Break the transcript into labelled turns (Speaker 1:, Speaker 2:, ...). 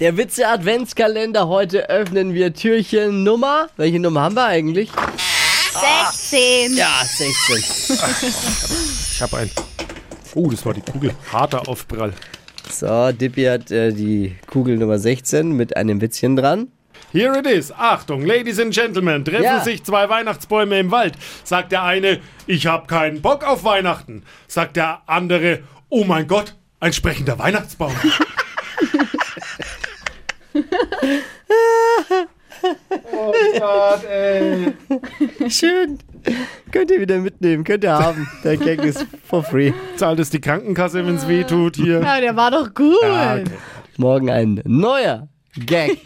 Speaker 1: Der Witze Adventskalender. Heute öffnen wir Türchen Nummer. Welche Nummer haben wir eigentlich?
Speaker 2: 16.
Speaker 1: Ja, 16.
Speaker 3: Ich hab einen. Oh, das war die Kugel. Harter Aufprall.
Speaker 1: So, Dippy hat äh, die Kugel Nummer 16 mit einem Witzchen dran.
Speaker 3: Here it is. Achtung, Ladies and Gentlemen, treffen
Speaker 1: Ja.
Speaker 3: sich zwei Weihnachtsbäume im Wald. Sagt der eine, ich hab keinen Bock auf Weihnachten. Sagt der andere, oh mein Gott, ein sprechender Weihnachtsbaum.
Speaker 1: Schön. Könnt ihr wieder mitnehmen, könnt ihr haben. Der Gag ist for free.
Speaker 3: Zahlt es die Krankenkasse, wenn's weh tut hier?
Speaker 2: Ja, der war doch gut.
Speaker 3: Ja, okay.
Speaker 1: Morgen ein neuer Gag.